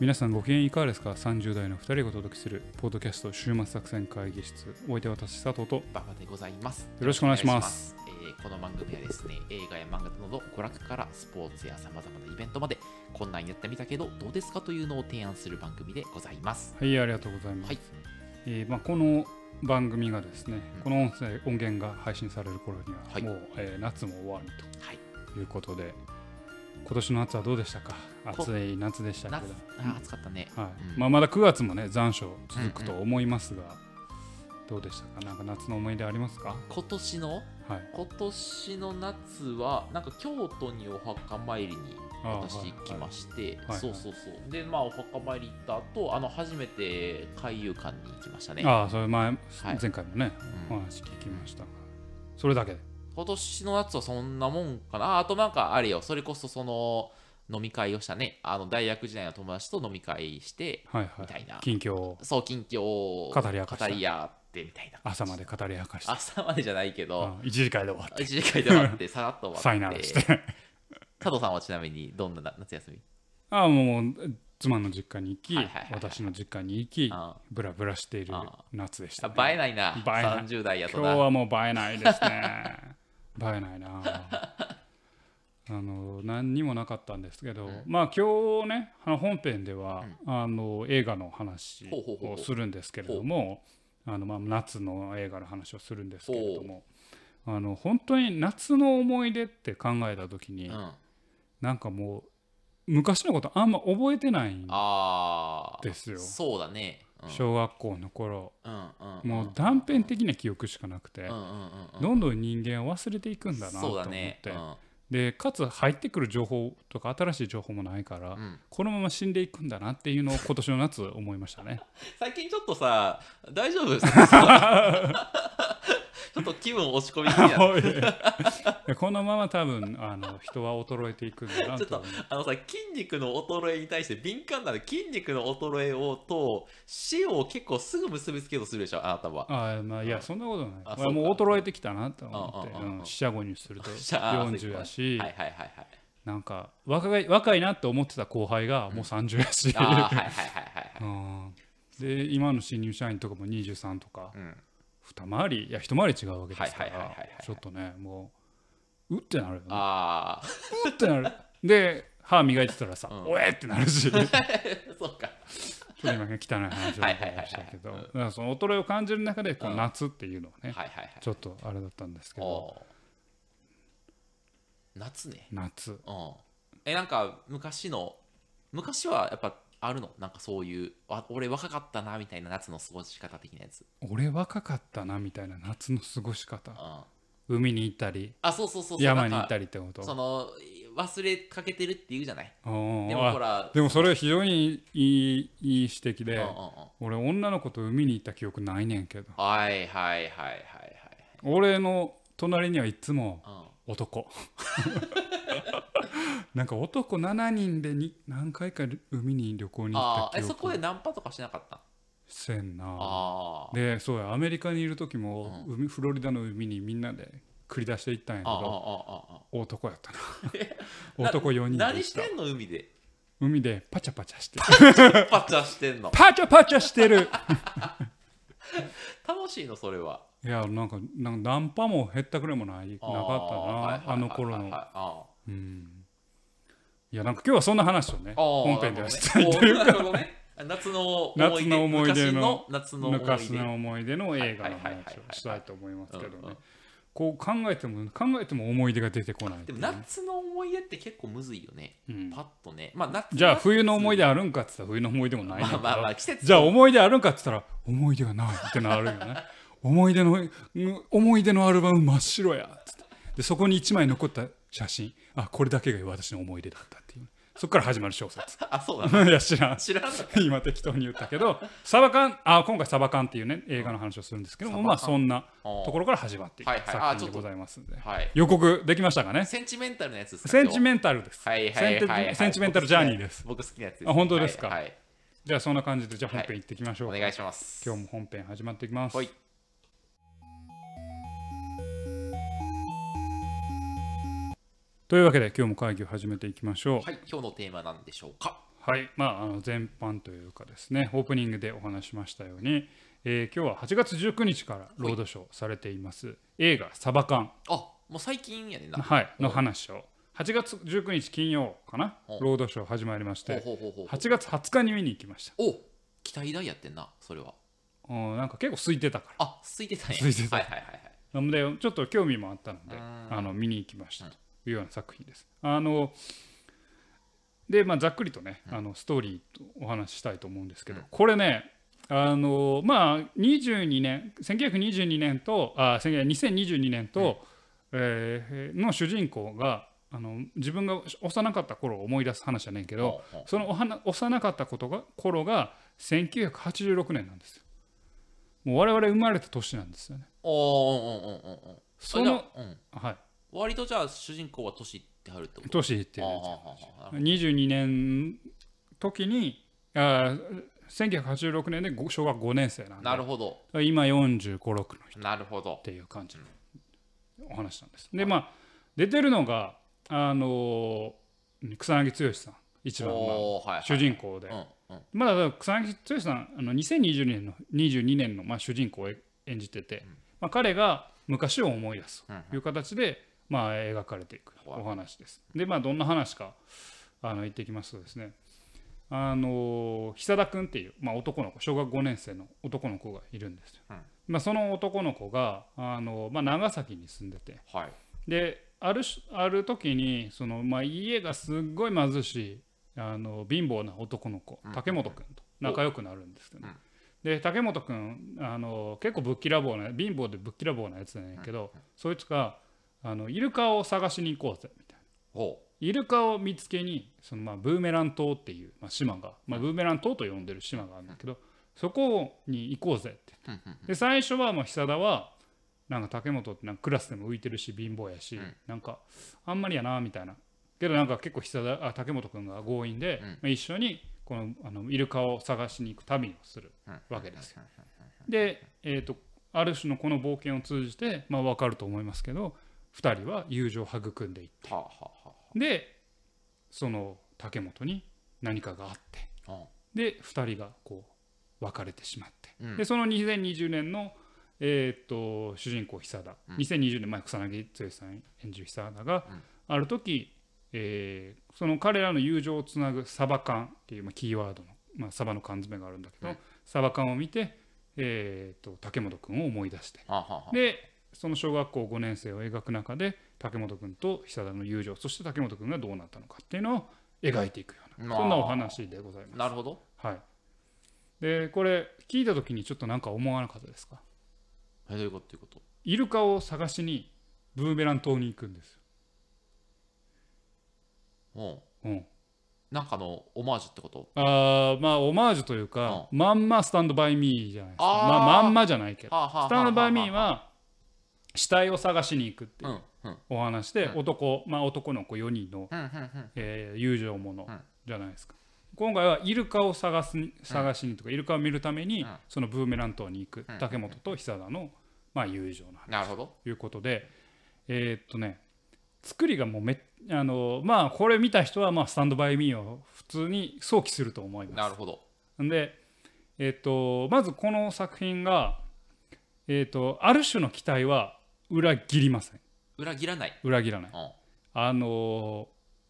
皆さんご機嫌いかがですか ?30 代の2人がお届けするポッドキャスト週末作戦会議室お相手は私佐藤とバカでございます。よろしくお願いしますよろしくお願いします。えーこの番組はですね、映画や漫画など娯楽からスポーツやさまざまなイベントまで、こんなんやってみたけど、どうですかというのを提案する番組でございます。はいありがとうございます、はいえーまあ、この番組がですね、うんこの音声音源が配信される頃にはいはもう、えー夏も終わるはい。ということで今年の夏はどうでしたかこ暑い夏でしたけ夏ど、あー暑かったね。はいうんまあ、まだ9月もね残暑続くと思いますが、どうでしたかなんか夏の思い出ありますか今年のはい今年の夏は、なんか京都にお墓参りにあー私行きまして、はいそうそうそう。で、まあ、お墓参り行った後、あの、初めて海遊館に行きましたね。ああそれ前、はい前回もねうんお話聞きましたがそれだけで今年の夏はそんなもんかなああとなんかあれよそれこそその飲み会をしたねあの大学時代の友達と飲み会してはいはみたいいな近況をそう近況を語り明かした語り合ってみたいな朝まで語り明かして朝までじゃないけどうん一時会で終わっ一時間で終わ ってさらっとて終サイわナっーてし佐て藤さんはちなみにどんな 夏休みああもう妻の実家に行き、はいはいはいはい私の実家に行きあブラブラしているあ夏でした、ね、あ映えないな映えない30代やと今な日はもう映えないです ね映えないなあの何にもなかったんですけど、うんまあ今日ねあの本編では、あの映画の話ほうほうほうほをうするんですけれどもあのまあ夏の映画の話をするんですけれどもあの本当に夏の思い出って考えた時に、うんあなんかもう昔のことあんま覚えてないんあーですよそうだねうん小学校の頃うんうんもう断片的な記憶しかなくて、うんうんうんうんどんどん人間は忘れていくんだなとそう思っだて、ねうんでかつ入ってくる情報とか新しい情報もないから、うんこのまま死んでいくんだなっていうのを今年の夏思いました ね最近ちょっとさ大丈夫 ちょっと気分落ち込みすぎなおい でこのまま多分あの人は衰えていくんだな ちょっととあのさ筋肉の衰えに対して敏感なの筋肉の衰えをと死を結構すぐ結びつけようとするでしょあなたはああまあいやうんそんなことないあ俺はもうそうか衰えてきたなと思ってうんうんうんうんうん死者後にする とじゃあ40やし、はいはいはいはいなんか若い若いなって思ってた後輩がもう30やし、ああはいはいはいはいはいうんで今の新入社員とかも23とかうん二回りいや一回り違うわけですかはいはいはらいはいはいちょっとねもううってなるよねああうってなるで歯磨いてたらさう「んおえ!」ってなる しちょっそうかと今ね汚い話をはいはいはいはいしたけどうんだからその衰えを感じる中でこううん夏っていうのははいねはいはいちょっとあれだったんですけどおー夏ね夏うん、えなんか昔の昔はやっぱあるのなんかそういうあ俺若かったなみたいな夏の過ごし方的なやつ、俺若かったなみたいな夏の過ごしうん、方あ海に行ったりそうそうそうそう山に行ったりりってことその忘れかけてるって言うじゃないうんでもほあらでもそれは非常にいいいい指摘うんうでんうん俺女の子と海に行った記憶ないねんけどはいはいはいはいはい俺の隣にはいつもはい、男 なんか男7人でに何回か海に旅行うにん、行あったーえ記そこ憶でナンパとかしなかったせんなあーでそうやアメリカにいる時も、海フロリダの海にみんなで繰り出していったんやけあああどああ男や ったなあ男4人で何ししたてんの海で海でパチャパチャしてる パチャしてんのパチャパチャしてる楽しいのそ れはいやなんかなんかナンパも減ったくれもないなあかったーなはいはいはいはいあの頃のああうんいやなんか今日はそんな話をね本編ではしたい というなるほどねおーなるほどね夏の思い夏の思い出出の昔の夏の思い出昔の思い出の映画のはい話はいはいはいをしたいと思いますけどうんうねんこう考えても考えても思い出が出てこないってでいもうね夏の思い出って結構むずいよね、うんパッとねまあ夏じゃあ冬の思い出あるんかって言ったら冬の思い出もないねんまけあどまあまあ季節じゃあ思い出あるんかって言ったら思い出がないってなるよね思い出のうん思い出のアルバム真っ白やっつってでそこに1枚残った写真あこれだけが私の思い出だったっていうそこから始まる小説 あそうだないや知らん知らんかっ 今適当に言ったけどサバカンあ今回サバカンっていうね映画の話をするんですけどもサバカンまあそんなたうんところから始まっていくはいはい作あ品ちょっでとございますんではい予告できましたかねセンチメンタルなやつですかセンチンメンタルですはいはいはいはセンい、チセンチメンタルジャーニーです僕好きなやつです、あ本当ですかはい、はいじゃあそんな感じでじゃあ本は編行ってきましょうおか願いします今日も本編始まっていきますはいというわけで今日も会議を始めていきましょうはい今日のテーマなんでしょうかははい、まあ、あの全般というかですね、オープニングでお話しましたように、えー今日は8月19日からロードショーされています映画「サバカンあもう最近やねん」な。はいの話を8月19日金曜かなほうロードショー始まりましほうてほうほうほう8月20日に見に行きましたお期待大やってんな、それは。うんなんか結構空いてたからあ空いてたね。空いてたはいはいはいはい。なのでちょっと興味もあったのでうんあの見に行きましたうんというような作品です。あのでまあ、ざっくりとね、あのストーリーとお話ししたいと思うんですけど、うんこれねあの、まあ、22年1922年とあ19 2022年と、えーの主人公があの自分が幼かった頃を思い出す話やねんけど、ほうほうそのおはな幼かったことが頃が1986年なんですよ。もう我々生まれた年なんですよね。おーうんうんうんうんうん。そのあじゃあうん、はい割とじゃあ主人公は年いってはるってこと年いってるあーやはつあはあなる22年時にあー1986年でご小学5年生なんでほどなるほど。今4 5 6の人っなるほど。ていう感じのお話なんです。でまあ出てるのが、あのー草薙剛さん一番、まおーはいはあ、い主人公で、うんうんまあだから草薙剛さんあの2022年の22年のまあ主人公を演じてて、うんまあ、彼が昔を思い出すうんうんという形で、まあ、描かれていくはいお話です。でまあどんな話かあの言ってきますとですねあの久田君っていう、まあ、男の子小学5年生の男の子がいるんですよ。うんまあ、その男の子があの、まあ、長崎に住んでてはい。であるしある時にその、まあ、家がすっごい貧しいあの貧乏な男の子うん竹本君と仲良くなるんですけど、ねで竹本君あの結構ぶっきらぼうな貧乏でぶっきらぼうなやつなんやけど、そいつがあのイルカを探しに行こうぜみたいなほイルカを見つけにその、まあ、ブーメラン島っていう、まあ、島が、まあ、ブーメラン島と呼んでる島があるんだけど、そこに行こうぜってう。うんうんで最初はもう久田はなんか竹本ってなんかクラスでも浮いてるし貧乏やし、うんなんかあんまりやなみたいなけどなんか結構久田あ竹本君が強引で、うんまあ一緒にこのあのイルカを探しに行く旅をするうんわけですよ。で、えー、とある種のこの冒険を通じて、まあ、分かると思いますけど2人は友情を育んでいっはあはあはてでその竹本に何かがあってあ。うんで2人がこう別れてしまって。うんでその2020年の、えーっと主人公久田、うん2020年前草薙剛さん演じる久田が、うんある時、えーその彼らの友情をつなぐサバ缶っていう、まあ、キーワードの、まあ、サバの缶詰があるんだけど、うんサバ缶を見て、えーっと竹本君を思い出してはあはあはあでその小学校5年生を描く中で竹本君と久田の友情そして竹本君がどうなったのかっていうのを描いていくようまなあそんなお話でございます。なるほど。はい。で、これ聞いた時にちょっとなんか思わなかったですかえどういうことどういうことイルカを探しにブーメラン島に行くんですよ。うんうん、なんかのオマージュってことあーまあオマージュというか、まんまスタンドバイミーじゃないですかあーまあ、まんまじゃないけどはあはあはあはあスタンドバイミーは死体を探しに行くってういうんうんお話で、うん男まあ、男の子4人の、うんうんうんえー友情ものうんじゃないですか、今回はイルカを探すに探しにとか、イルカを見るために、うんそのブーメラン島に行くうん竹本と久田の、まあ、友情の話なるほど。ということで、えーっとね、作りがもうめあの、まあ、これ見た人は、まあ、スタンドバイミーを普通に想起すると思います。なるほど。んで、えーっと、まずこの作品が、えーっと、ある種の期待は裏切りません。裏切らない。裏切らない。うんはあの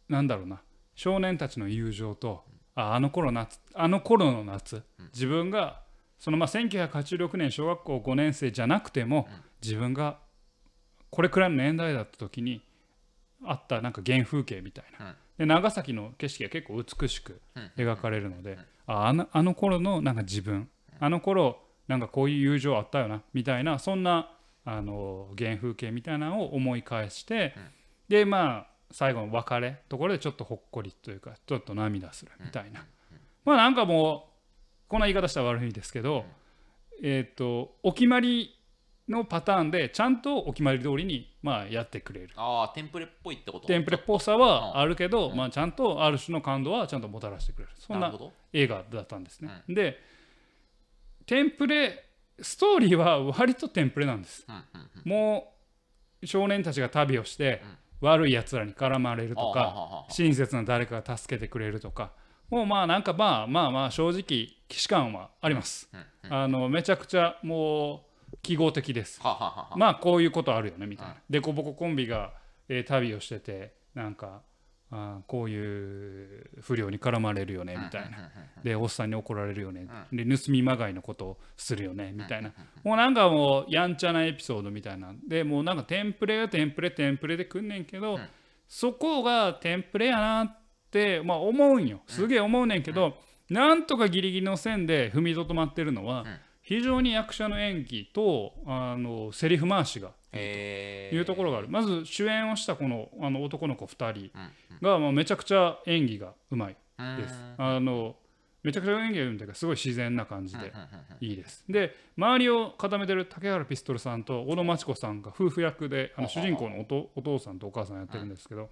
ーなんだろうな、少年たちの友情と、ああの頃夏あの頃の夏、自分が、そのまあ1986年小学校5年生じゃなくても、自分がこれくらいの年代だった時にあったなんか原風景みたいな、うんで長崎の景色が結構美しくうん描かれるので、ああのあの頃のなんか自分、あの頃なんかこういう友情あったよなみたいなそんなあの原風景みたいなのを思い返して、うんでまあ最後の別れところでちょっとほっこりというかちょっと涙するみたいな、まあなんかもうこんな言い方したら悪いんですけど、えっ、とお決まりのパターンでちゃんとお決まり通りにまあやってくれるああ、テンプレっぽいってことテンプレっぽさうんはあるけど、うんまあ、ちゃんとある種の感動はちゃんともたらしてくれるそんなるなほど。映画だったんですね、でテンプレストーリーは割とテンプレなんですうんうんうんもう少年たちが旅をして、悪いやつらに絡まれるとあーはかあはあはあ親切な誰かが助けてくれるとかもうまあなんかまあまあまあ正直既視感はあります。うんうんはあのめちゃくちゃもう記号的です。あはあはあはあまあこういうことあるよねみたいなうん。でこぼこコンビが、えー旅をしててなんかあーこういう不良に絡まれるよねみたいな。うんうんうんでおっさんに怒られるよね、で盗みまがいのことをするよねみたいな、もうなんかもうやんちゃなエピソードみたいなんでもうなんかテンプレがテンプレテンプレでくんねんけど、うんそこがテンプレやなって、まあ、思うんよすげえ思うねんけど、なんとかギリギリの線で踏みとどまってるのは、ん非常に役者の演技とあのセリフ回しがへえいうところがある、まず主演をしたこのあの男の子2人うんが、まあ、めちゃくちゃ演技がうまい。うんですうん。あのめちゃくちゃ演技がうまいというかすごい自然な感じでうんうんうんいいです。で周りを固めてる竹原ピストルさんと小野真知子さんが夫婦役であのはは主は人公のおとお父さんとお母さんやってるんですけど、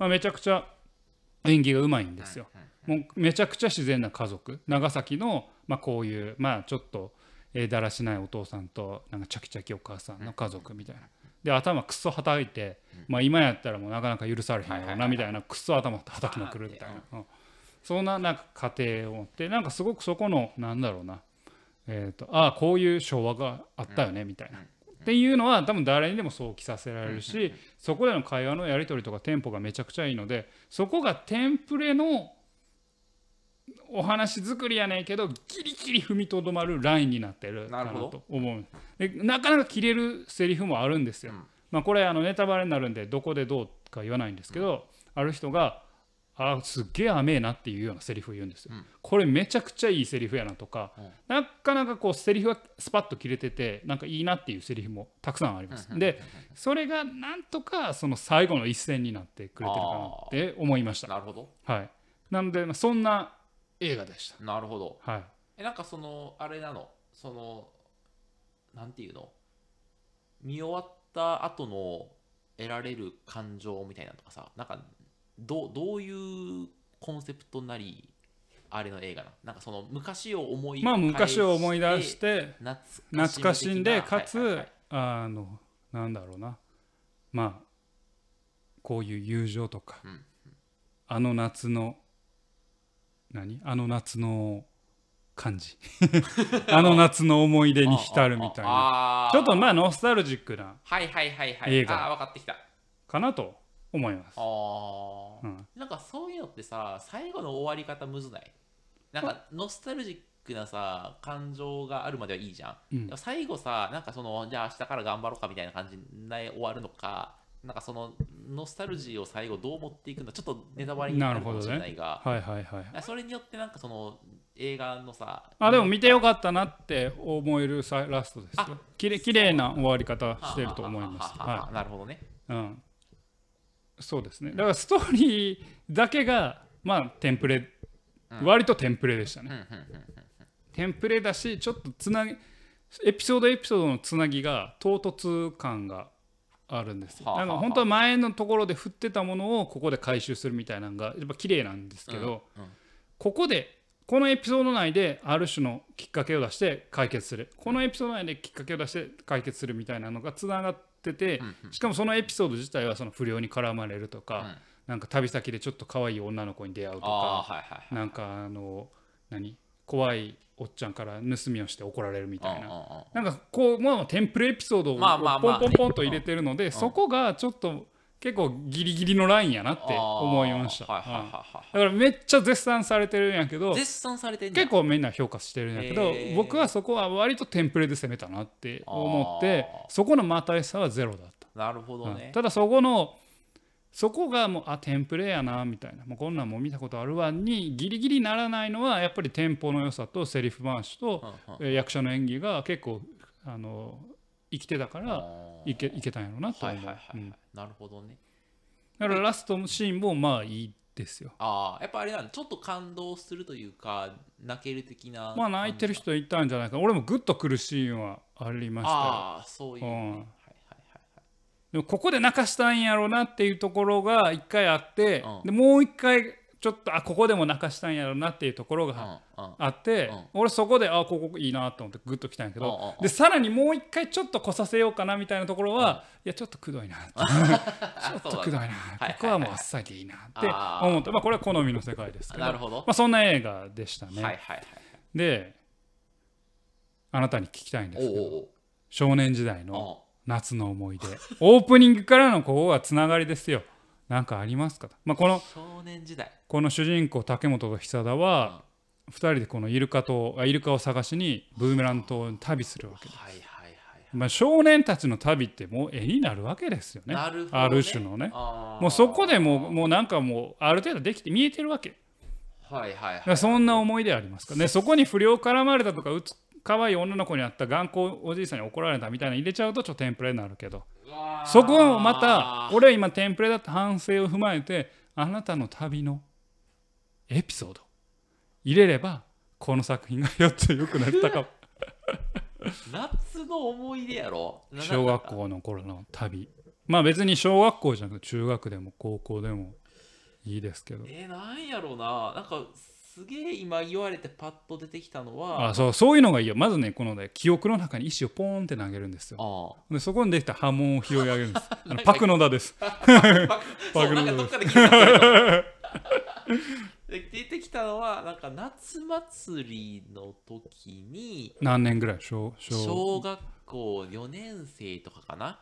まあ、めちゃくちゃ演技がうまいんですよ。もうめちゃくちゃ自然な家族長崎の、まあ、こういう、まあ、ちょっと、えーだらしないお父さんとなんかチャキチャキお母さんの家族みたいな。で頭くっそはたいて、まあ、今やったらもうなかなか許されへんやはいはろいうなはいみたいなくっそ頭たたきまくるみたいな、うんそんななんか家庭を持ってなんかすごくそこのなんだろうな、えー、とああこういう昭和があったよねみたいな。っていうのは多分誰にでもそうきさせられるしそこでの会話のやり取りとかテンポがめちゃくちゃいいのでそこがテンプレのお話作りやねんけどギリギリ踏みとどまるラインになってるかななるほどと思うでなかなか切れるセリフもあるんですよ、うんまあ、これあのネタバレになるんでどこでどうか言わないんですけど、ある人が「あーすっげえ甘えな」っていうようなセリフを言うんですよ、うんこれめちゃくちゃいいセリフやなとか、うんなかなかこうセリフがスパッと切れててなんかいいなっていうセリフもたくさんあります、うんでそれがなんとかその最後の一戦になってくれてるかなって思いましたなるほどはい、なので、まあ、そんな映画でしなるほどた。はい、えなんかそのあれなのそのなんていうの見終わった後の得られる感情みたいなのとかさなんかどうどういうコンセプトなりあれの映画なのなんかその昔を思いまあ返して昔を思い出して懐懐かしんで的なかつ、はいはいはいあのなんだろうなまあこういう友情とか、うんあの夏の何あの夏の感 じあの夏の思い出に浸るみたいななちょっとまあノスタルジックなはいはいはいはい映画あー分かってきたかなと思いますあ。ーうんなんかそういうのってさ最後の終わり方むずないなんかノスタルジックなさ感情があるまではいいじゃん、うんでも最後さなんかそのじゃあ明日から頑張ろうかみたいな感じで終わるのかなんかそのノスタルジーを最後どう持っていくのかちょっとネタバレになるかもしれないが、はいはいはい。それによってなんかその映画のさあでも見てよかったなって思えるさラストですよ。きれ綺麗な終わり方してると思います。ははははははなるほどねい。うん。そうですね。だからストーリーだけがまあテンプレ、うん割とテンプレでしたうんね。うんうんテンプレだしちょっとつなぎエピソードエピソードのつなぎが唐突感があるんですよ。はあはあなんか本当は前のところで振ってたものをここで回収するみたいなのがやっぱ綺麗なんですけど。うんうんここでこのエピソード内である種のきっかけを出して解決するこのエピソード内できっかけを出して解決するみたいなのがつながっててうんしかもそのエピソード自体はその不良に絡まれるとうかんなんか旅先でちょっと可愛い女の子に出会うとあかーはいはいはいなんかあの何怖いおっちゃんから盗みをして怒られるみたいなうんうんうんなんかこうまあテンプレエピソードまあまあをまポあンポンポンと入れてるのでんそこがちょっと結構ギリギリのラインやなって思いました。あーはいはいうんはいはいだからめっちゃ絶賛されてるんやけど絶賛されてんね結構みんな評価してるんやけど、へー僕はそこは割とテンプレで攻めたなって思ってあーそこのまたいさはゼロだった、なるほどうんね、ただそこのそこがもうあテンプレやなみたいなもうこんなんもう見たことあるわにギリギリならないのはやっぱりテンポの良さとセリフ回しと、うんうんえー役者の演技が結構あの生きてたかあらーいけいけたんやろうなとはい思はう、いはいはい、うんなるほどねだからラストのシーンもまあいいですよああやっぱあれなんちょっと感動するというか泣ける的なまあ泣いてる人いたんじゃないかな俺もグッとくるシーンはありましたよああそういうね、うんはいはいでもここで泣かしたんやろうなっていうところが一回あって、うんでもう一回ちょっとあここでも泣かしたんやろなっていうところうんがうんあって、うん俺そこであここいいなと思ってグッときたんやけど、うんうんうんでさらにもう一回ちょっと来させようかなみたいなところは、いやちょっとくどいなちょっとくどいな、はいここはもうあっさりでいいなってあー思ってまあこれは好みの世界ですけどなるほどまあ、そんな映画でしたね、はいはいはいであなたに聞きたいんでおうすけどおう少年時代のおう夏の思い出オープニングからのここはつながりですよなんかありますか、まあ、こうんの少年時代この主人公竹本と久田は2人でこのイルカとあイルカを探しにブーメラン島に旅するわけ、はいはいはいはいまあ、少年たちの旅ってもう絵になるわけですよねなるほどねある種のねあーもうそこでもうもうなんかもうある程度できて見えてるわけはいはいだかはらいそんな思い出ありますかねそこに不良絡まれたとかうつ可愛い女の子に会った頑固おじいさんに怒られたみたいなの入れちゃうとちょっとテンプレになるけどうわーそこもまた俺は今テンプレだった反省を踏まえてあなたの旅のエピソード入れればこの作品がよっと良くな ったかも夏の思い出やろな小学校の頃の旅まあ別に小学校じゃなくて中学でも高校でもいいですけどえー、なんやろうななんかすげえ今言われてパッと出てきたのはあそうそういうのがいいよまずねこのね記憶の中に石をポーンって投げるんですよあでそこにできた波紋を拾い上げるんです あのパクノダですそ パうグなロですんかどっかで聞いたことあるで出てきたのはなんか夏祭りの時に何年ぐらい小小小学校4年生とかかな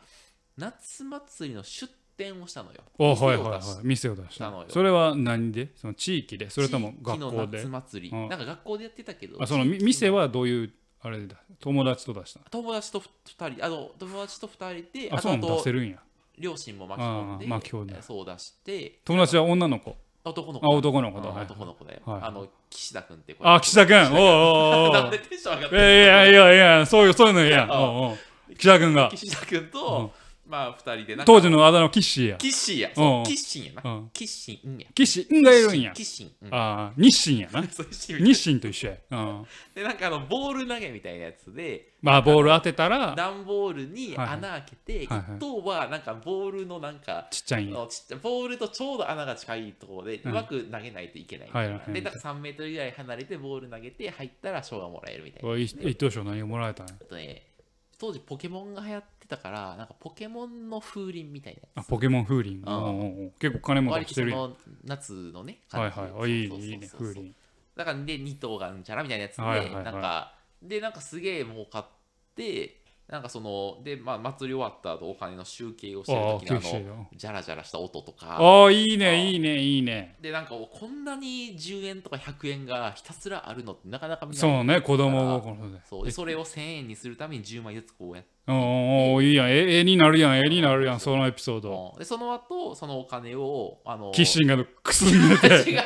夏祭りの出店をしたのよおはいはい店をはい出す店を出ししたたのよそれは何でその地域でそれとも学地校域での夏祭り、うんなんか学校でやってたけどあそのみ店はどういうあれだ友達と出した友達と2人あの友達と2人でああそうなの出とあとせるんや両親も巻き込んであー巻き込んでそう出して友達は女の子男のあ子男の子だうんはい男の子だよ、はいあの岸田君って子あ岸田君おうおうおう なんでテンション上がいってるやいやいやいやそういうそういうのいいやんうんおうおう岸田君が岸田君と、まあ二人でなんか当時のあだ名キッシーやキッシーやうそんうキッシンやなうんキッシンやキッシーんがいるんやキッシンうんあー日清やな そう一緒に日清と一緒やうんでなんかあのボール投げみたいなやつでまあボール当てたら段ボールに穴開けて一はいはい等はなんかボールのなんかちっちゃいんやあのちっちゃいボールとちょうど穴が近いところでううんまく投げないといけないみたいはいなはいでだから3メートルぐらい離れてボール投げて入ったら賞がもらえるみたいなおい一等賞何をもらえたんやあとね当時ポケモンが流行ってたからなんかポケモンの風鈴みたいなあやつポケモン風鈴あおうあおうおう結構金持割ちとしそてるやんはの夏のねいはいあいいそうそうそうそういいね風鈴だからで2頭がうんちゃらみたいなやつで、はいはいはいなんかでなんかすげえ儲かってなんかそのでまあ祭り終わった後お金の集計をしてる時ああ集計してにるあよのジャラジャラした音とかああいいああねいいねいいねでなんかおこんなに10円とか100円がひたすらあるのってなかなか見ないそうね子供心でそうでそれを1000円にするために10枚ずつこうやっておうおうおういいやん絵絵になるやん絵になるやんそのエピソードでその後そのお金をあのキッ シンがくすねて違う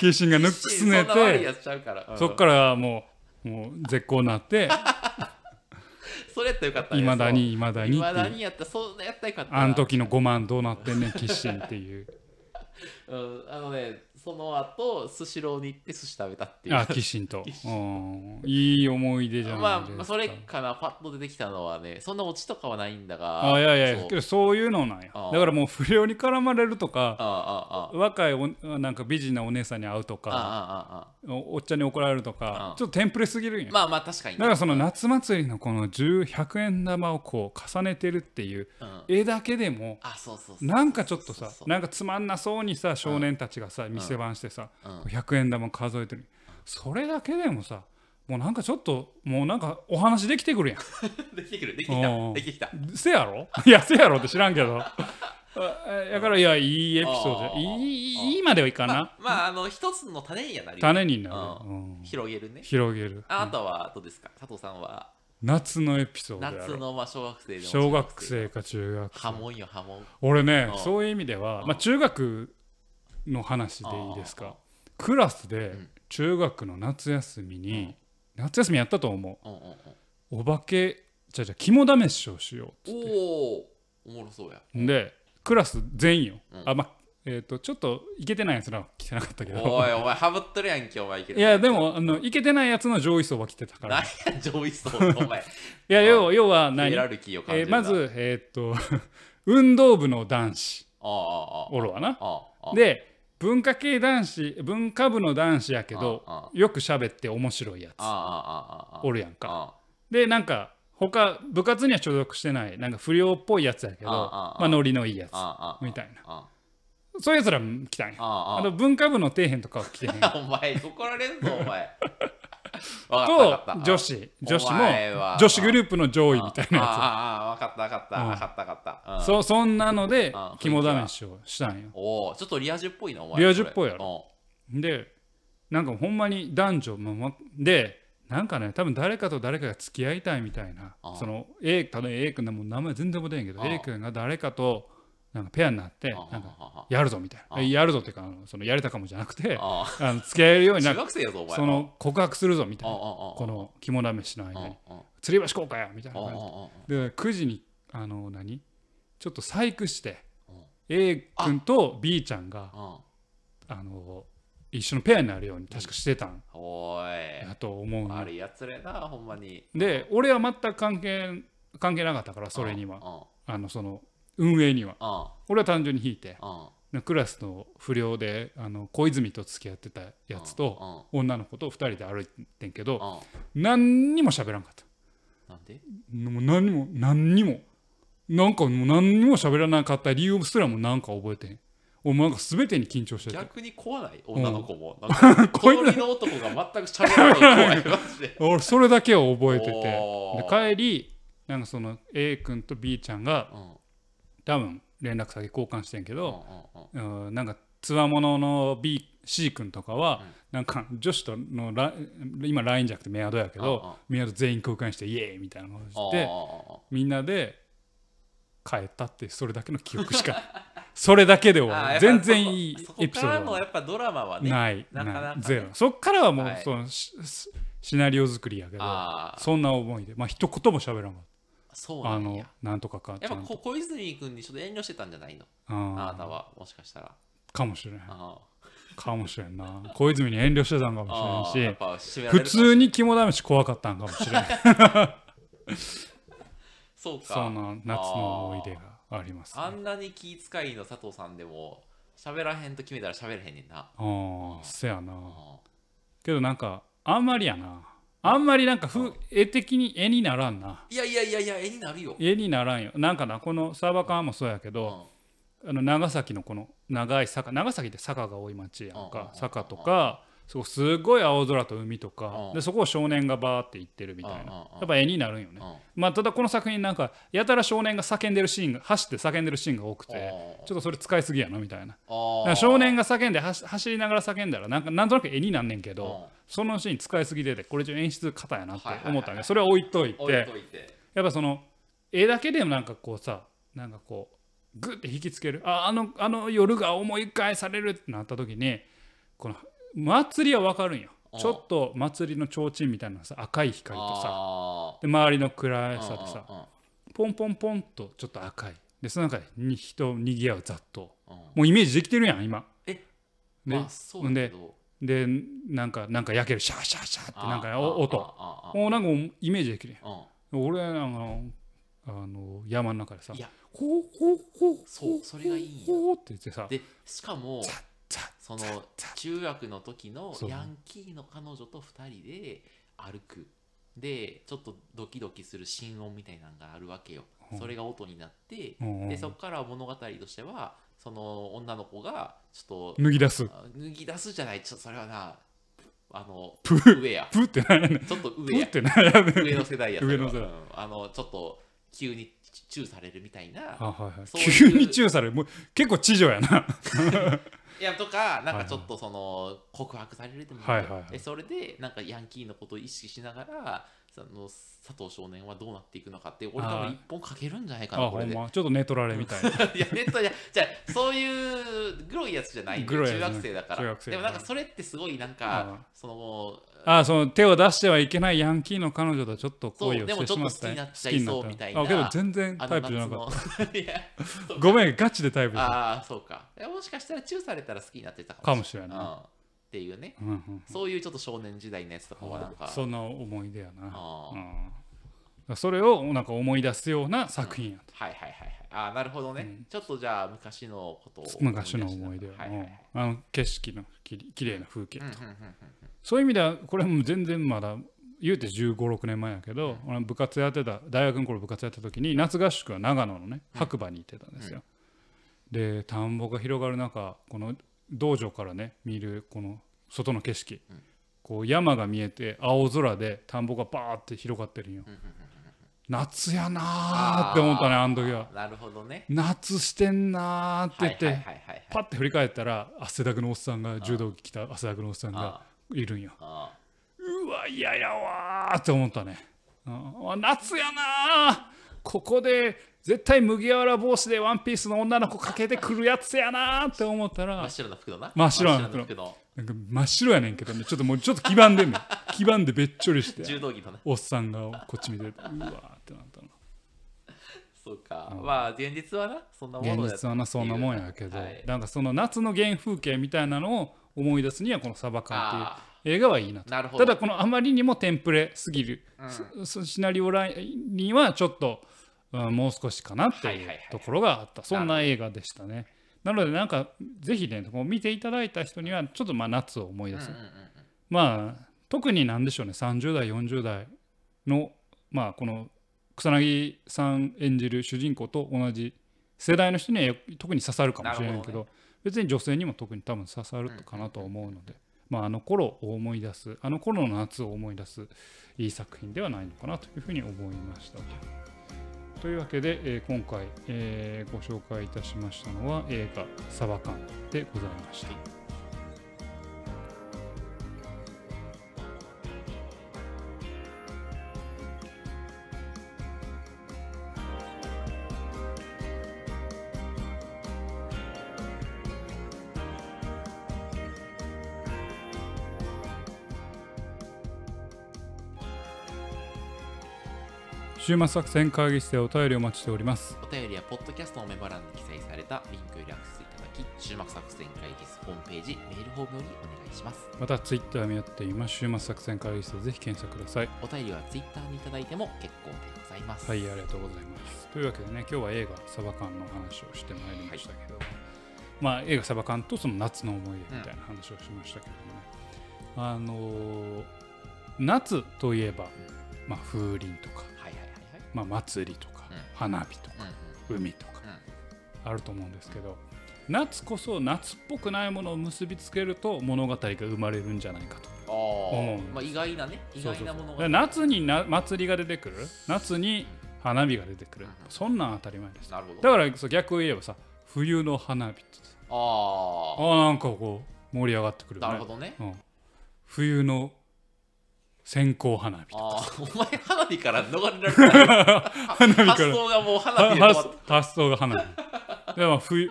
キッシンがぬくすねそんな悪いてやつちゃうから、うんそっからもうもう絶好にな ってそれやったらよかったいまだにいまだだににってだいうにやったそんなやったらよかったなあの時の5万どうなってんねんキッシンって いううん、あのね、その後、スシローに行って寿司食べたっていう。あキッシン とうんいい思い出じゃないまですかあ、それかな、パッと出てきたのはね、そんなオチとかはないんだが。あいやいやそうけどそういうのなんやあだあからもう不良に絡まれるとあかあ、ああ、あ若いおなんか美人なお姉さんに会うとあ、かああ、あおおっちゃんに怒られるとかああちょっとテンプレすぎるんあ。や、まあまあ、確かにだね、からその夏祭りのこの10 100円玉をこう重ねてるっていううん絵だけでもあ、そうそうそう。なんかちょっとさそうそうなんかつまんなそうにさ少年たちがさ店番してさそううん100円玉数えてるそれだけでもさもうなんかちょっともうなんかお話できてくるやんできてくる、できてきうた、んできてきた。せやろ いやせやろって知らんけどあだからいやいいエピソードあーじゃいいいいまではいかまなあ、まあ、あの、一つの種にはなるよね種になるあーうん広げるね。広げるああなたはどうですか佐藤さんは夏のエピソードや夏ろのまあ小学生でも小学生か中学波紋よ波紋俺ねうんそういう意味ではうんまあ中学の話でいいですかクラスでうん中学の夏休みに夏休みやったと思うんうんうんうお化けじゃじゃ肝試しをしようっつっておおおもろそうやでクラス全員よ、うんあまえー、とちょっといけてないやつらは来てなかったけどおいお前ハブっとるやんけお前いけいやでもあのいけてないやつの上位層は来てたから何いや上位層お前や要要はヒ何エラルキーを感じえるーなまずえーっと 運動部の男子ああああおるわなああああで文化系男子文化部の男子やけどあよく喋って面白いやつああああああああおるやんかあでなんか他部活には所属してないなんか不良っぽいやつやけどあああまあノリのいいやつあああみたいなあそういうやつらも来たんやあああの文化部の底辺とかは来て へんお前怒られるぞお前わかったわかっ たと女子女子お前もは女子グループの上位みたいなあやあああ分かった分かったうん分かった分かった、うんつそそんなのであ肝試しをしたんよおおちょっとリア充っぽいなお前リア充っぽいやろでなんかほんまに男女もまでなんかね多分誰かと誰かが付き合いたいみたいなああその A 例えば A 君のもう名前全然覚えてへんけどああ A 君が誰かとなんかペアになってあなんかあやるぞみたいあなあやるぞっていうかあのそのやれたかもじゃなくてああの付き合えるようあにな中 んか学生やぞお前その告白するぞみあたあいあなこの肝試しの間あにあ吊り橋効果やみたいあなあ感じあで9時にあの何ちょっと細工してうん A 君と B ちゃんがああの一緒のペアになるように確かしてたんあおいやと思うの悪いやつらやなほんまにで俺は全く関係関係なかったからそれにはああのその運営にはあ俺は単純に引いてあクラスの不良であの小泉と付き合ってたやつとと女の子と2人で歩いてんけどあ何にも喋らんかったあなんでもう何にも何にもなんかもう何にも喋らなかった理由すらもなんか覚えてへん俺もなんか全てに緊張してて逆に怖ない女の子もなんか 怖いな隣の男が全く喋らない怖いマジで俺それだけは覚えてておでー帰りなんかその A 君と B ちゃんがうんうん多分連絡先交換してんけうど、んうんうん、なんかつわものの B C 君とかは、うんなんか女子とのラ今 LINE じゃなくてメアドやけど、うんうんメアド全員交換してイエーイみたいなことして、あみんなで帰ったってそれだけの記憶しか それだけで終ああわやるっぱ全然いいそこエピソーそこからドのはやっぱドラマはねないなかなかないねゼロそっからはもう、はいそのシシシナリオ作りやけどああそんな思いでまあ一言も喋らんかっそうたなあんのやなんとかかやっちぱゃんとこ小泉君にちょっと遠慮してたんじゃないのあなあたあはもしかしたらかもしれんあかもしれんな小泉に遠慮してたんかああもしあれやんしっぱ締めら普れるか通に肝試し怖かったんかもし れんそうかその夏の思い出がありますねあんなに気遣いの佐藤さんでも喋らへんと決めたら喋れへんねんなああせやなあけどなんかあんまりやなあんまりなんかうふん絵的に絵にならんなーいやいやいやいや絵になるよ絵にならんよなんかなこのサバ缶もそうやけうんどあの長崎のこの長い坂長崎って坂が多い町やんうんうんうんかうん坂とかそうすごい青空と海とかうんでそこを少年がバーって行ってるみたいうんうんなうんやっぱ絵になるんよねうんまあただこの作品なんかやたら少年が叫んでるシーンが走って叫んでるシーンが多くてちょっとそれ使いすぎやなみたいなあなんあか少年が叫んで走走りながら叫んだらなんかなんとなく絵になんねんけど、そのシーン使いすぎててこれ以上演出型やなって思ったんはいはいはいはでいそれは置いというん置いてといてやっぱその絵だけでもなんかこうさなんかこうグッて引きつけるああのあの夜が思い返されるってなった時にこの祭りは分かるんようんちょっと祭りの提灯みたいなのがさ赤い光とさあで周りの暗あさでさうんうんポンポンポンとちょっと赤いでその中でに人にぎわう雑踏うんうんもうイメージできてるやん今えねまあそうだけどでなんかなんか焼けるシャーシャーシャーってなんかねあーお音あーあーもうなんかもうイメージできるやんあーうん俺あのあの山の中でさいやほうほうほうそうそれがいいよほうって言ってさでしかもザッザッそザッのザッ中学の時のそうヤンキーの彼女と2人で歩くでちょっとドキドキする心音みたいなのがあるわけようんそれが音になってうんうんでそこから物語としてはその女の子がちょっ脱ぎ出すとあ脱ぎ出すじゃないちょっとそれはなあの上やプーってなんやねんちょっと上プーやってなんやねん 上の世代や上の世代それはうんあのちょっと急にチューされるみたいなあはいはいそういう急にチューされるもう結構地上やないやとかなんかちょっとその告白されるでもはいはいはいえそれでなんかヤンキーのことを意識しながらその佐藤少年はどうなっていくのかって俺多あ分ー一本かけるんじゃないかあなこほれんで。まちょっと寝取られみたいな いやネットじゃじゃあそういうグロいやつじゃないんでグロいやつ中じゃない学生だか中ら学生でだもからなんかそれってすごいなんあーかそのあその手を出してはいけないヤンキーの彼女とちょっと恋そをうでしてもちょしっとまった好きになっちゃいそうみたいなあけど全然あタイプじゃなかっった いやたごめんガチでタイプじゃなかっああそうかいやもしかしたらチューされたら好きになってたたかかももしれしんれないない、うん、っていうねうんうんそういうちょっと少年時代のやつとかはなんかそんな思い出やなあーうんらそれをなんか思い出すような作品やと、はいはいはいはいあーなるほどね、うんちょっとじゃあ昔のことを昔の思い出はをいはいはいあの景色のきりきれいな風景うんうんそういう意味ではこれも全然まだ言うて1 5六6年前やけど、俺部活やってた大学の頃部活やってた時に夏合宿は長野のね白馬に行ってたんですよ。で田んぼが広がる中この道場からね見るこの外の景色、んこう山が見えて青空で田んぼがバーって広がってるんよ。うんうんうん夏やなーって思ったねあの時はあ。ーなるほどね夏してんなーって言って、はいはいはいはいはいパッて振り返ったら汗だくのおっさんが柔道着着た汗だくのおっさんがあいるんよ。ーあうわ嫌やわーって思ったね、うんあ夏やなーここで絶対麦わら帽子でワンピースの女の子かけてくるやつやなーって思ったー真らっ白な服のな真っ白な真服のっのなんか真っ白やねんけどねちょっともうちょっと黄ばんでんねん黄ばんでべっちょり して柔道着のなおっさんがこっち見てるうわーってなったのそうか、まあ現実はなそんなもの現だ実はなそんなもんやけど、はいなんかその夏の原風景みたいなのを思い出すにはこの「サバカン」っあていう映画はいいなとーなるほたどだこのあまりにもテンプレすぎる、うんそそシナリオラインにはちょっと、うんもう少しかなってはいはいいうはいはいところがあった、そんな映画でしたねなのでなんかぜひねこう見ていただいた人にはちょっとまあ夏を思い出す、うんうんうんうんまあ特になんでしょうね30代40代のまあこの草薙さん演じる主人公と同じ世代の人には特に刺さるかもしれないけなどるほど別に女性にも特に多分刺さるかなと思うので、まあ、あの頃を思い出すあの頃の夏を思い出すいい作品ではないのかなというふうに思いました。というわけで、えー今回、えーご紹介いたしましたのは映画「サバ缶」でございました。週末作戦会議室でお便りをお待ちしております。お便りはポッドキャストのメモ欄に記載されたリンクよりアクセスいただき、週末作戦会議室ホームページ、メールフォームよりお願いします。またツイッターもやっています。週末作戦会議室でぜひ検索ください。お便りは Twitter にいただいても結構でございます。はい、ありがとうございます。というわけでね、今日は映画「サバ缶」の話をしてまいりましたけど、まあ、映画「サバ缶」とその夏の思い出みたいな話をしましたけどね、あのー夏といえば、まあ、風鈴とか、はいはいはいまあ、祭りとか、うん花火とか、はい。海とかうんうんあると思うんですけど夏こそ夏っぽくないものを結びつけると物語が生まれるんじゃないかと。うん。ああ、うんまあ意外なね、意そうそうそ外なうものだが。から夏にな祭りが出てくる夏に花火が出てくるうんうんそんなん当たり前ですなるほど。だからそう逆を言えばさ冬の花火ってあああなんかこう盛り上がってくるあ、よねなるほどね。うん、冬の線香花火ああ、 お前花火から逃れられない。花火か発ら想がもう花火はで終わっ 発発想が花火 でも冬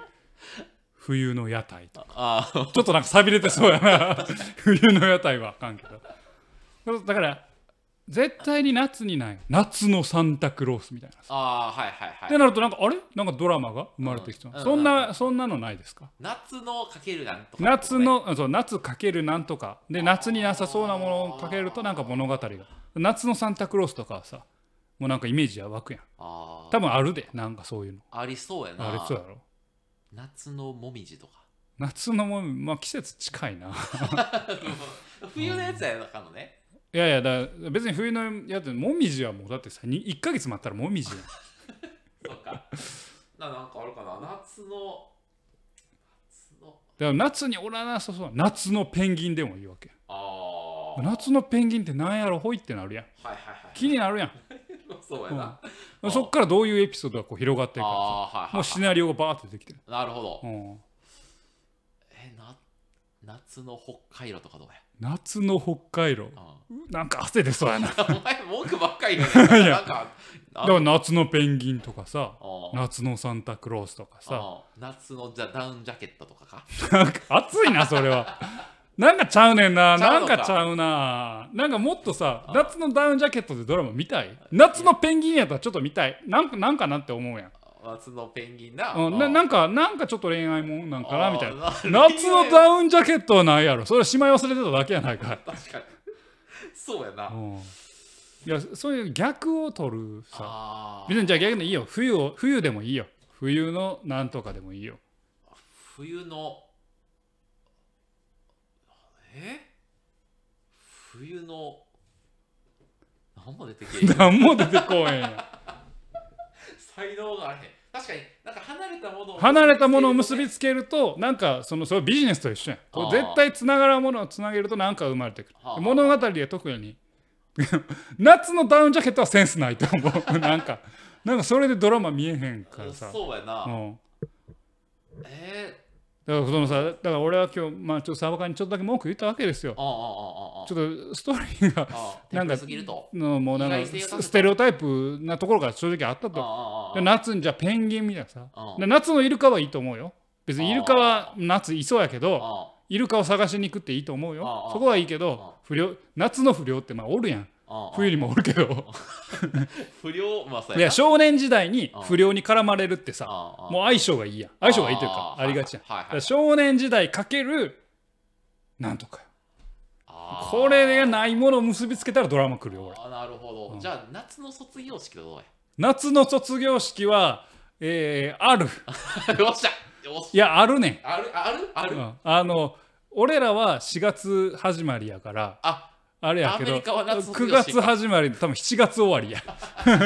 冬の屋台とかた。ああ、ちょっとなんか寂れてそうや な冬の屋台はあかんけどだから絶対に夏にない夏のサンタクロースみたいなああ、はいはいっはてい。なるとなんかあれなんかドラマが生まれてきた、うんそんうんうんうなそんなのないですか夏のかけるなんとか。夏。のあそう夏かけるなんとかで夏になさそうなものをかけるとなんか物語が夏のサンタクロースとかはさもうなんかイメージは湧くやんあ多分あるでなんかそういうのあ、ありそうやな。あれそうやろ夏のもみじとか。夏のもんまあ季節近いな冬のやつやなかのね。いやいやだから別に冬のやつもみじはもうだってさに1ヶ月待ったらもみじやんそうか。ななんかあるかな夏の。夏の。だから夏におらなさそう夏のペンギンでもいいわけああ。夏のペンギンってなんやろほいってなるやんはいはいはい。気になるやん そうやな。うんそっからどういうエピソードがこう広がっていくあかあ、はいもはうシナリオがバーってできてる、い。なるほどう。ん、え、な。夏の北海道とかどうや。夏の北海道うんなんか汗出そうやな お前文句ばっかり言 うね。なんか。でも夏のペンギンとかさあ夏のサンタクロースとかさあ夏のじゃダウンジャケットとかか。なんか暑いなそれはなんかちゃうねんなちゃなうんのかかちゃうななんかもっとさあ夏のダウンジャケットでドラマ見たい夏のペンギンやったらちょっと見たいなんかなんかなって思うやん、夏のペンギンな。うん、ななんかなんかちょっと恋愛もんなんあかなみたいなな。夏のダウンジャケットはないやろそれしまい忘れてただけやないかい確かに。そうやな。うんいやそういう逆を取るさあ別にじゃあ逆にいいよ冬を冬でもいいよ冬のなんとかでもいいよ あ冬のえ冬の何も出てけえへん何も出てこへんやん才能があれへん確かになんか離れたものを離れたものを結びつつけるとなんかそのそれビジネスと一緒やんこあーう絶対つながるものをつなげるとなんか生まれてくるはあ物語は特に 夏のダウンジャケットはセンスないと思う なんかなんかそれでドラマ見えへんからさそうやな、うんえだからそのさだから俺は今日まあちょっとサバカにちょっとだけ文句言ったわけですよー、ああああああちょっとストーリーがああなんかテンプレすぎるとのもうなん意か外性が高かスったステレオタイプなところが正直あったとああああで夏にじゃあペンギンみたいなさああで夏のイルカはいいと思うよ別にイルカはあ夏いそうやけどあイルカを探しに行くっていいと思うよあ。あそこはいいけどあ、不良夏の不良ってまあおるやん。ああ冬にもおる けど。不良まあそういや、な少年時代にああ不良に絡まれるってさ、ああああもう相性がいいやん。相性がいいというか、あありがちやん。だはいはいかはいら少年時代かける、なんとかよ。ああこれがないものを結びつけたらドラマ来るよ、俺。ああなるほど、うんじゃあ夏の卒業式はどうや 夏の卒業式は、えーある。よっしゃよっいしや、あるねん。ゃあるあるある、うんあの、俺らは4月始まりやから、ああれやけアメど、リカは夏卒9業式月始まりで多分7月終わりや。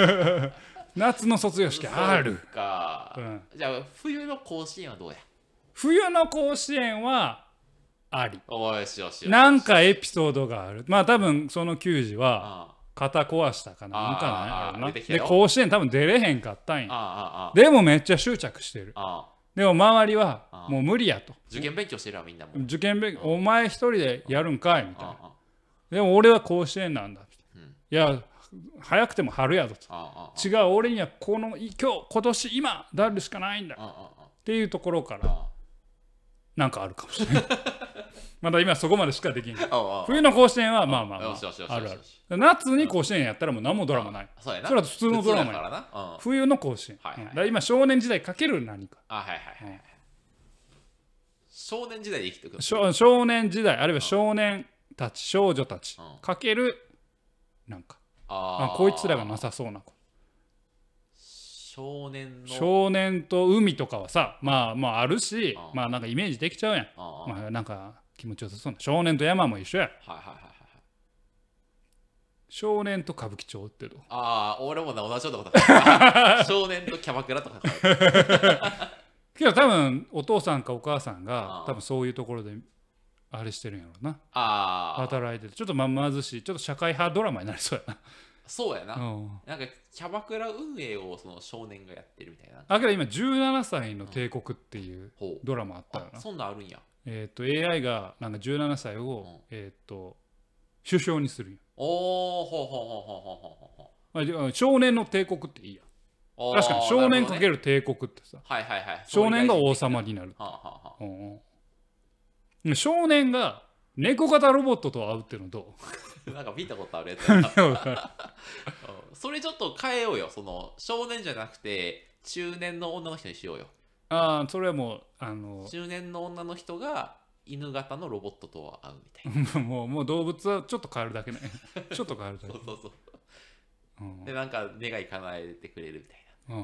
夏の卒業式ある。そうか、うんじゃあ冬の甲子園はどうや冬の甲子園はあり。おーよしよしよしなんかエピソードがある。まあ多分その球児はあ肩壊したかな。あーなんかねあーな。出てきたよで、甲子園多分出れへんかったんああや。ああでもめっちゃ執着してる。ああでも周りはあーもう無理やと。受験勉強してるわみんなも受験勉強、お前一人でやるんかいみたいな。あでも俺は甲子園なんだ。うんいや、早くても春やぞと。あああ違う俺にはこのい今日今年今であるしかないんだっああていうところかあああらなんかあるかもしれ ないまだ今そこまでしかできんあああ冬の甲子園はまあまあ、まよしよしよしあ、あるあよしる夏に甲子園やったらもう何もドラマないそうやなそれは普通のドラマ普通ややからなうん冬の甲子園、はいはういんだから今少年時代かける何かあはいはいはいはい少年時代で生きてくる少少年時代あるいは少年たち少女たちうんかけるなんかあああこいつらがなさそうな子少年の少年と海とかはさまあまああるしうんまあなんかイメージできちゃうやんああああまあなんか気持ちよさそうな少年と山も一緒やはいはいはいはいはい少年と歌舞伎町ってどうああ俺もな同じようなことある少年とキャバクラとかけど多分お父さんかお母さんがあー多分そういうところであれしてるんやろうなああ働いててちょっとまあ貧しいちょっと社会派ドラマになりそうやそうやななうんなんかキャバクラ運営をその少年がやってるみたいな。あけど今17歳の帝国っていうほう。ドラマあったよあなそんなんあるんや。えっと AI がなんか17歳うんをえっと首相にするんよおお、ほうほうほうほうほうほうほあじゃあ少年の帝国っていいやう。おー確かに少年かなるける帝国ってさほどねはいはいはい。少年がは王様になるあはあはうんうん、少年が猫型ロボットと会うっていうのどあなんか見たことあるやつやなうあうんそれちょっと変えようよ。その少年じゃなくて中年の女の人にしようよ。あそれはもうあの中年の女の人が犬型のロボットとは会うみたいな。もうもう動物はちょっと変えるだけねちょっと変えるだそけう、そうそう。うんで、なんか願い叶えてくれるみたいうん、な。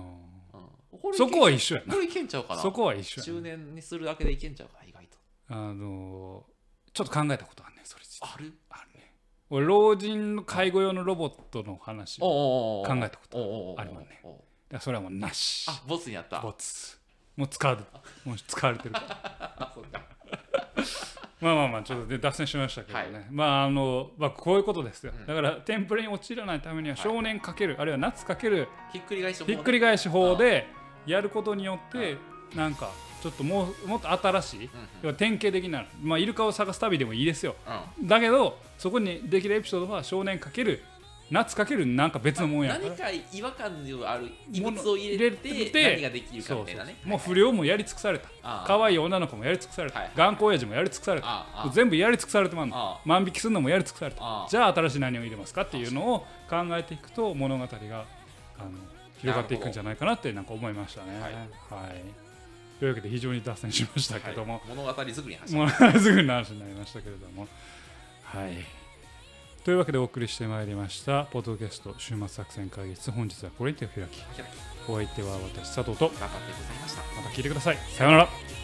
うん、これいけそこは一緒やこれいけんちゃうかなな。そこは一緒中やな年にするだけでいけんちゃうかな、意外と。あのちょっと考えたことあんねんそれ実はあるあるね俺老人の介護用のロボットの話だかおうおうおうおう考えたことおうおうおうありますねおうおうらそれはもうなしあボスにやったボツもう使われもう使われてるからあそうかまあまあまあちょっとで脱線しましたけどね、はまああの、まあ、こういうことですよ、うんだからテンプレに陥らないためにははい少年かける、あるいは夏かけるひっくり返しとこうひねっくり返し法でやることによってなんかちょっともうもっと新しい、うんうん要は典型的な、まあ、イルカを探す旅でもいいですようだけどそこにできるエピソードは少年かける夏かけるなんか別のもんんやから何か違和感のある異物を入れて入れて何ができるかそみうたいそなうねもう不良もやり尽くされたああ可愛い女の子もやり尽くされた、はいはい頑固親父もやり尽くされたああああ全部やり尽くされてまんのあ万引きするのもやり尽くされたああじゃあ新しい何を入れますかっていうのを考えていくと物語があの広がっていくんじゃないかなってなんか思いましたね。はいはいというわけで非常に脱線しましたあはけいども、物語作りに走るもうすぐの話になりましたけれども、はい、というわけでお送りしてまいりましたポッドキャスト週末作戦会議室本日はこれにてお開き開きお相手は私佐藤と頑張ってございましたまた聞いてくださいさようならさよ